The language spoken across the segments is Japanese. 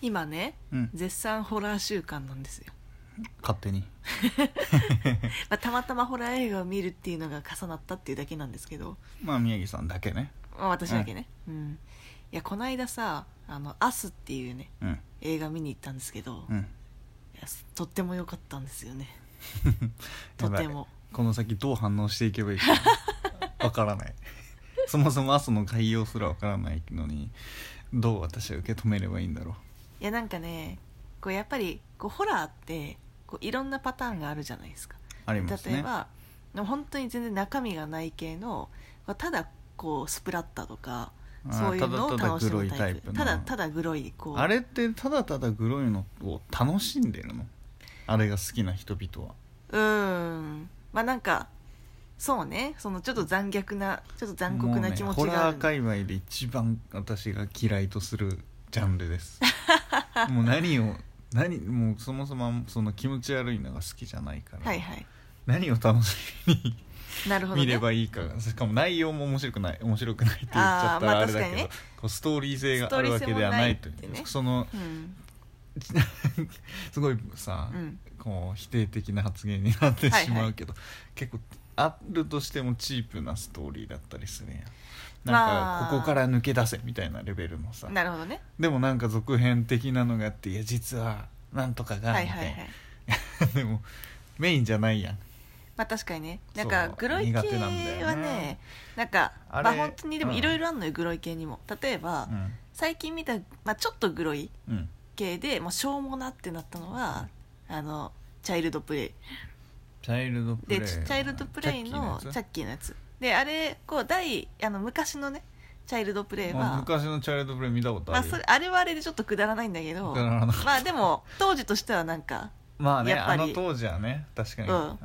今ねうん絶賛ホラー週間なんですよ、勝手にまあ、たまたまホラー映画を見るっていうのが重なったっていうだけなんですけど、まあ宮城さんだけねまあ、私だけね、うんいやこの間さ「あのアスっていうねうん映画見に行ったんですけど、ういんやとっても良かったんですよねやばといてもこの先どう反応していけばい いかわからないそもそも朝の概要すらわからないのにどう私は受け止めればいいんだろいやなんかねこうやっぱりこうホラーってこういろんなパターンがあるじゃないですかうありますね例えばでも本当に全然中身がない系のこうただこうスプラッタとかあーそういうのをただただ楽しグロむいタタイイププたのだただグロいこうあれってただただグロいのを楽しんでるのあれが好きな人々はうーんまあなんかそうねそのちょっと残虐なちょっと残酷な気持ちもうね、ホがあラるー界隈で一番私が嫌いとするジャンルです もう何を何もうそもそもその気持ち悪いのが好きじゃないから、はいはい何を楽しみになるほど、ね、見ればいいかがしかも内容も面白くない面白くないって言っちゃったあーまあらあれだけ確ど、かにねこうストーリー性があるわけではないといストーリー性もないうってねうん、その すごいさ、うん、こう否定的な発言になっはていはいしまうけど、結構あるとしてもチープなストーリーだったりするやんなんまあかここから抜け出せみたいなレベルのさなるほどねでもなんか続編的なのがあっていや実はなんとかがはみたいいな、はいはい でもメインじゃないやんまあ確かにねそなうんかグロい系は苦手なんだよねねなんかあれまあ本当にでもうんいろいろあるのよ、グロい系にも例えば、う最近見た、まあ、ちょっとグロいんうん系でもうしょうもなってなったのはあのチャイルドプレイチャイルドプレイでチャイルドプレイのチチャッキーャやつッキーのやつであれこう第あの昔のねチャイルドプレイあは昔のチャイルドプレイ見たことまああ、るそれあれはあれでちょっとくだらないんだけどくだらなかったまあでも当時としてはなんかまあねやっぱありの当時はね確かに、うんうん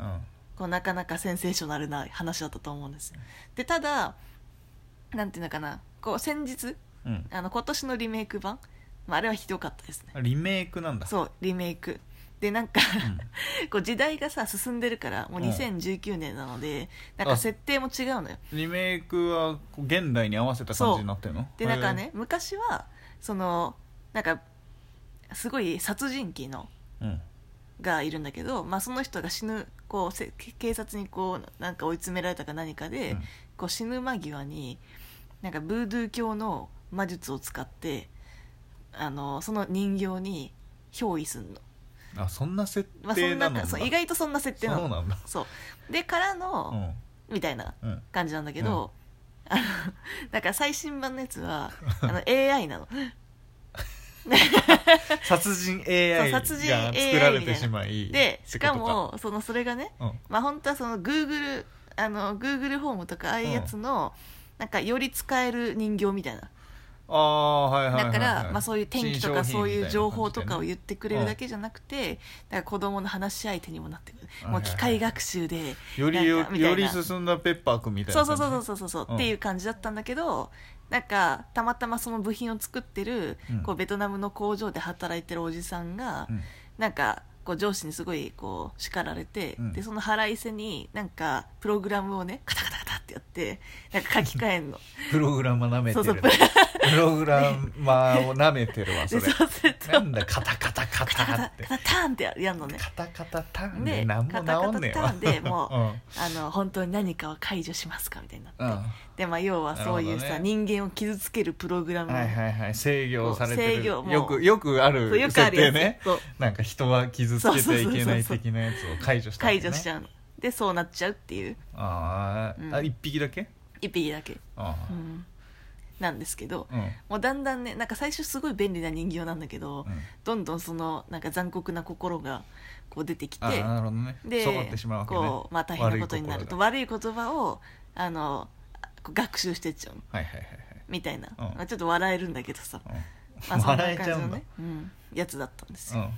こうなかなかセンセーショナルな話だったと思うんですでただなんていうのかなこう先日うんあの今年のリメイク版、まあ、あれはひどかったですねリメイクなんだう、そうリメイクでなんか こう時代がさ進んでるからもううん2019年なので、なんかあ設定も違うのよん、リメイクはこう現代に合わせた感じになってるのでなんかね、昔はそのなんかすごい殺人鬼のへーうん、がいるんだけど、まあ、その人が死ぬこうせ警察にこうなんか追い詰められたか何かで、うんこう死ぬ間際になんかブードゥー教の魔術を使ってあのその人形に憑依すんの、あそんな設まあ、そ定んななのかそう意外とそんな設定なそうのなんだそうでからうの、んみたいなうん感じなんだけど、あの だから最新版のやつ はあの AI なの殺人そう AI が殺作人 AI られてしまいでしかっもそのそれがねてことか、まあ本当はその Google あの Google ホームとかああいうやつの、なんかより使える人形みたいなうん、ああはいはいはい、はだかい、ら、まあ、そういう天気とか新そ商う品いうみたな感じでね情報とかを言ってくれるだけじゃなくて、だから子供の話し相手にもなってくる、もう機械学習でよりよなんかみたいなより進んだペッパーくんみたいそなうそ感うじね、そうそうそうそう、うんっていう感じだったんだけどなんかたまたまその部品を作ってる、うんこうベトナムの工場で働いてるおじさんが、うんなんかこう上司にすごいこう叱られて、うんでその腹いせになんかプログラムをねカタカタカタってやってなんか書き換え んのプログラマー舐めてそうるそうプログラマーを舐めてるわそでれそうするとなんだカタカタカカタカタタってカタターンってやるのねカタカタタンでで何も直んねえわカタカタタンでもううんあの本当に何かを解除しますかみたいになって、 うんでまあ要はそういうなさ、るほどね人間を傷つけるプログラムをはいはいはい制御されて制る御もうよくよくあそうよるくあ設るや定つ、ねそうなんか人は傷つけちゃいそうけないそうそうそう的なやつを解除したんだ解よ除ねしちゃうのでそうなっちゃうっていうあーあうん一匹だけ一匹だけ、あうーん、なんですけどうんうんもうだんだんねなんか最初すごい便利な人形なんだけど、どんどんそのなんか残酷な心がこう出てきてあーなるほどねでそうなってしまうわけねこう、まあ、大変なことになると悪い悪い言葉をあのこう学習してっちゃうの心がはいはいはみたいな、うんまあ、ちょっと笑えるんだけどさ、いはいまあ、うんそんな 笑え感ちじゃのうんだね、うん、やつだったんですうよ、ん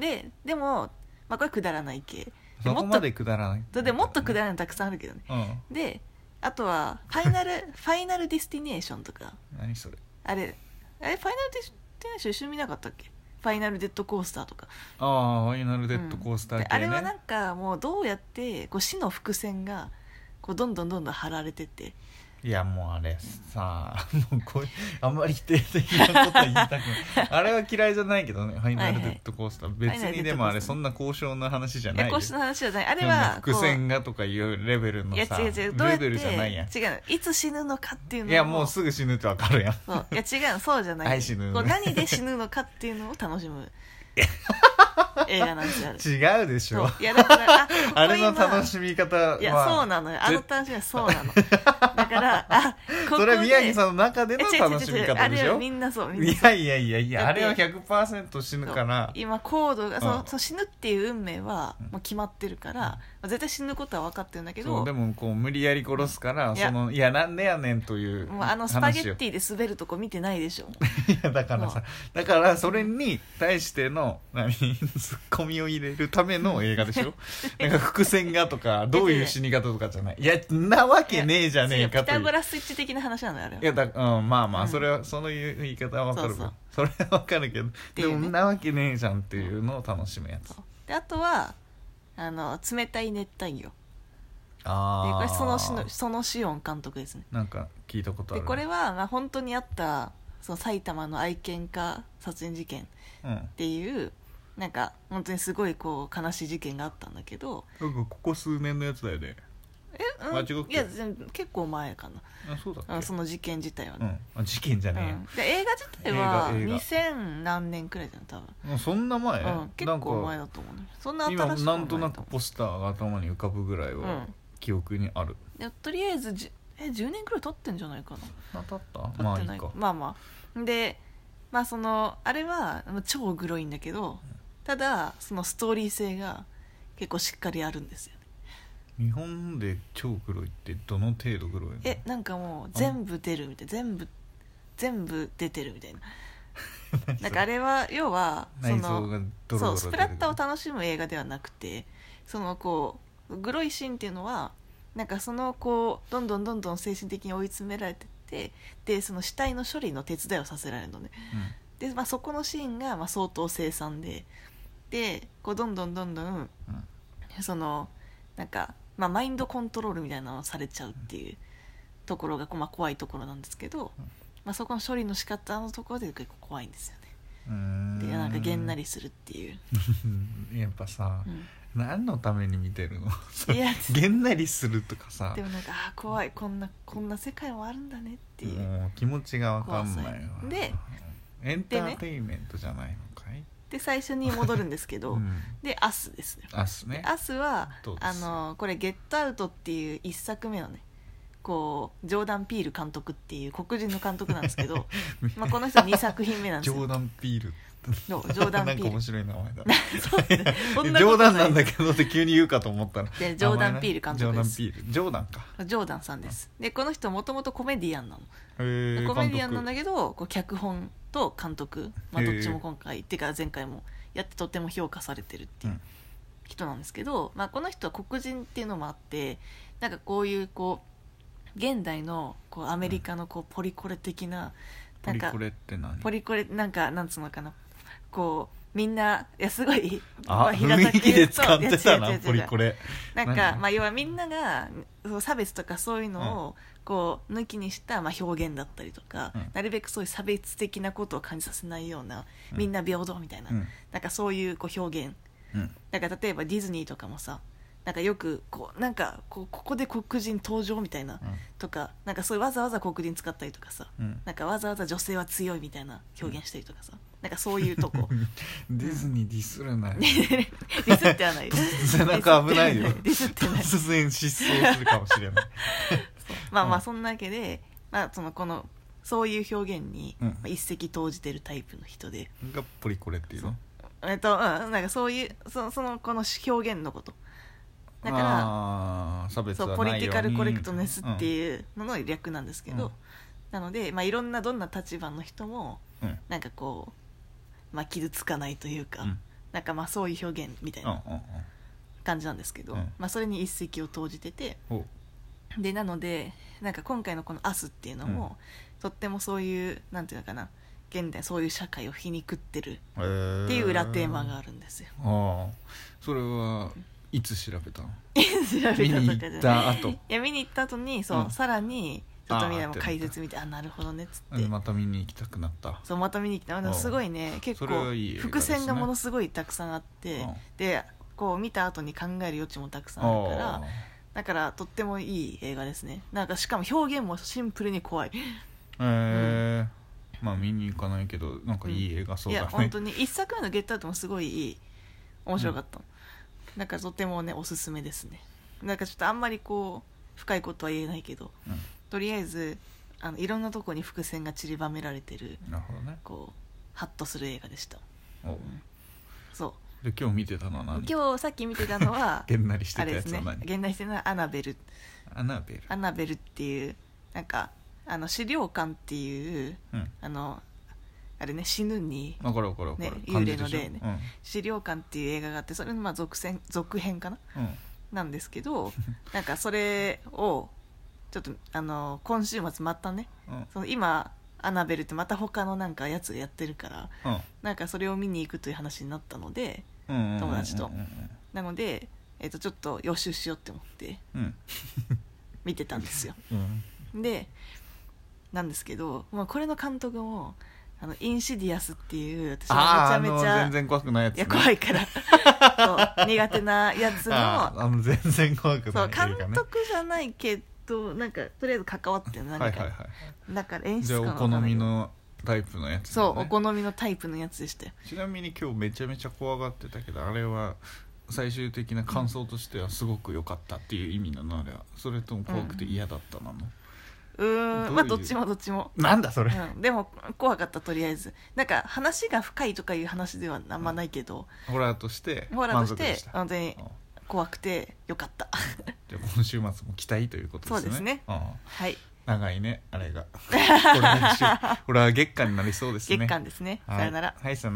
ででも、まあ、これくだらない系でそもこっまとでくだらないでもっとくだらないのたくさんあるけどねうんであとは「ファイ ナルファイナルディスティネーション」とか何それあれあれファイナルディスティネーション一緒に見なかったっけファイナルデッドコースターとかああファイナルデッドコースターうん系でねあれはなんかもうどうやってこう死の伏線がこうどんどんどんどん張られてていやもうあれさあもうこうあんまり否定的なこと言いたく ないあれは嫌いじゃないけどねファイナルデッドコースター、はいファイナ別ルデッドコースターにでもあれそんな交渉の話じゃいないやよこうした話じゃないあれそんなは伏線がとかいうレベルこうのいやさ違う違うどうやレっベてルじゃないやん違ういつ死ぬのかっていうのいやもうすぐ死ぬってわかるやんそういや違うのそうじゃないはい死ぬこう何で死ぬのかっていうのを楽し む映画なんですよあれ違うでしそょういやだからあここ あれの今楽しみ方はいや、そうなのよ。あのぜ楽しみはそうなの。 だから、あ、ここで。それは宮城んさんの中での楽しみ方でしあれはょみんなそう、みんないそう。やいやいやいやだあってれは100%死ぬから今、コードが、そうのんそう死ぬっていう運命はもう決まってるから、まあ絶対死ぬことは分かってるんだけそどうで、もこう無理やり殺すから、いやそのいやなんでやねんというもうあのスパゲッティで滑るとこ見てないでしょ。ィいやだからさだからそれに対しての何 ツッコミを入れるための映画でしょ なんか伏線がとかどういう死に方とかじゃないいやなわけねえじゃねえいかやとピいタゴう。ラスイッチ的な話なのよ、あれはいやだ、うん、まあまうあんそれは、そのいう言い方はわかるわそれはわかるけどていでうねもんなわけねえじゃんっていうのを楽しむやつそうで、あとは、あの、冷たい熱帯魚。で、こあれ、あそのしの、そのシオン監督ですね。なんか聞いたことあでるこれはまあ本当にあったその埼玉の愛犬家殺人事件っうんていうなんか本当にすごいこう悲しい事件があったんだけどなんかここ数年のやつだよねえ、うん間違ったいや全結構前かなあそうだっけあのその事件自体はうね、んあ、事件じゃうんねで映画自体は映画映画2000何年くらいじゃん多分、えよ、もうそんな前、うん、結構前だと思うねそんな新しくなもなんかい今なんとなく思ポスターが頭に浮かぶぐらいううはん記憶にある、でとりあえずじゅえ10年くらい経ってんじゃないかな当たったままああいいかまあまあでまあそのあれはまあ超グロいんだけどただそのストーリー性が結構しっかりあるんですよね日本で超黒いってどの程度黒いのえなんかもう全部出るみたいな全部全部出てるみたいななんかあれは要はそ 内臓のがドロドロそうスプラッターをた楽しむ映画ではなくてそのこうグロいシーンっていうのはなんかそのこうどんどんどんどん精神的に追い詰められてってでその死体の処理の手伝いをさせられるのねで、まあ、そこのシーンがまあ相当凄惨ででこうどんどんどんどんうん、うん そのなんか、まあ、マインドコントロールみたいなのをされちゃうっていうところが、まあ、怖いところなんですけどうん、まあ、そこの処理の仕方のところで結構怖いんですようーんねでなんかげんなりするっていう、 やっぱさ、うん何のために見てるのいや げんなりするとかさでもなんかあー怖いこんなこんな世界もあるんだねっていう、もう気持ちがわかんないわ怖さでうんエンターテインメントじゃないのかい、で最初に戻るんですけど、うん、で「アスですよ明日ねアスはどうですあのこれ「ゲットアウト」っていう一作目のねこうジョーダン・ピール監督っていう黒人の監督なんですけ どまあこの人2作品目なんでジすョーよダンピールどうジョーダン・なんピーかル面白い名前だ そうですねそんなこ冗と談なんだけどって急に言うかと思ったらでジョーダンピール監督ですジョーダンピールジョーダンかジョーダンさんですでこの人もともとコメディアンなの、へーコメディアンなん監だけどこう脚本と監督、まあ、へどーっちも今回、っていうか前回もやってとても評価されてるっていう人なんですけど、まあ、この人は黒人っていうのもあってなんかこういうこう現代のこうアメリカのこうポリコレ的なな督ポんリかコレって何ポリコレなんかなんつうのかなこうみんないやすごいまあ平た雰く囲気言うでと使ってたいや違う違う違なうポリコレなんか何まあ要はみんながそう差別とかそういうのをこう抜きにしたまあ表現だったりとか、うんなるべくそういう差別的なことを感じさせないようなうんみんな平等みたいな、うんなんかそういうこう表現うんなんか例えばディズニーとかもさなんかよくこうなんかこうここで黒人登場みたいな、とかなんかそういうわざわざ黒人使ったりとかさうんなんかわざわざ女性は強いみたいな表現したりとかさ、なんかそういうとこディズニーディスるなよ ディスっては ない背中危ないよディスってはない突然失踪するかもしれないまあまうあんそんなわけで、まあ、そのこのそういう表現にうんまあ一石投じてるタイプの人で、がポリコレっていうのえっとうん、なんかそういうそそのこの表現のことだからら差別そうはポリないティようカルにコレクトネスってういうのの略なんですけど、うんなので、まあ、いろんなどんな立場の人もんうんなんかこう、まあ、傷つかないというか、うんなんかまあそういう表現みたいうんうんな感じなんですけど、うんまあ、それに一石を投じてて。うんおでなのでなんか今回のこの「アスっていうのも、とってもそういうなんていうのかな現代そういう社会を皮肉ってるへーっていう裏テーマがあるんですよ。ああそれはいつ調べたの調べたとかじゃない 見に行った後 いや見に行った後にそう、うんさらにちょっと未来もあー解説見てあなるほどねっつっうて、んまた見に行きたくなったそうまた見に来たうんすごいね結それ構はいい映画ですね伏線がものすごいたくさんあって、うんでこう見た後に考える余地もたくさんあるからだからとってもいい映画ですねなんかしかも表現もシンプルに怖いあーえーまあ見に行かないけどなんかいい映画そういだね、や本当に一作目の「ゲットアウト」もすごいいい面白かった、なんかとてもねおすすめですねなんかちょっとあんまりこう深いことは言えないけどとりあえずあのいろんなとこに伏線が散りばめられてるうん、なるほどねこうハッとする映画でしたおそで今日見てたのはう何今日さっき見てたのは げんなりしてあたれでやすつはね何、現代してのアナベルアナベルアナベルっていうなんかあの資料館っていううんあのあれね死ぬにわかるわかるわかる、ね感じでしょ幽霊の霊ね資料館っていう映画があってそれのまあ続編続編かなうんうんなんですけど なんかそれをちょっとあの今週末またねうんその今アナベルってまた他のなんかやつやってるからうんなんかそれを見に行くという話になったのでうんうんうんうん友達とうんなので、えっとちょっと予習しようって思ってうん見てたんです ようんでなんですけど、まあ、これの監督もあのインシディアスっていう私ああはあめちゃのめちゃ全然怖くないやつ、いね、や怖いから そう苦手なやつあーのあの全然怖くそなうい映画監ね督じゃないけどなんかとりあえず関わってるは何いか、はいはいだから演出じゃ家あのお好みのタイプのやつ、ね、そうお好みのタイプのやつでしたよちなみに今日めちゃめちゃ怖がってたけどあれは最終的な感想としてはすごく良かったっていう意味なのあれはそれとも怖くて嫌だったなの、うーどうんいうまあどっちもどっちも、なんだそれ、うん、でも怖かったとりあえずなんか話が深いとかいう話ではあんまないけど、ホラーとしてホラーと満し足でてした本当にうん怖くてよかったじゃあ今週末も期待ということですねそうですねん はい長い ねあれがこれは週これは月間になりそうですね月間ですね、はいさよならはいさよなら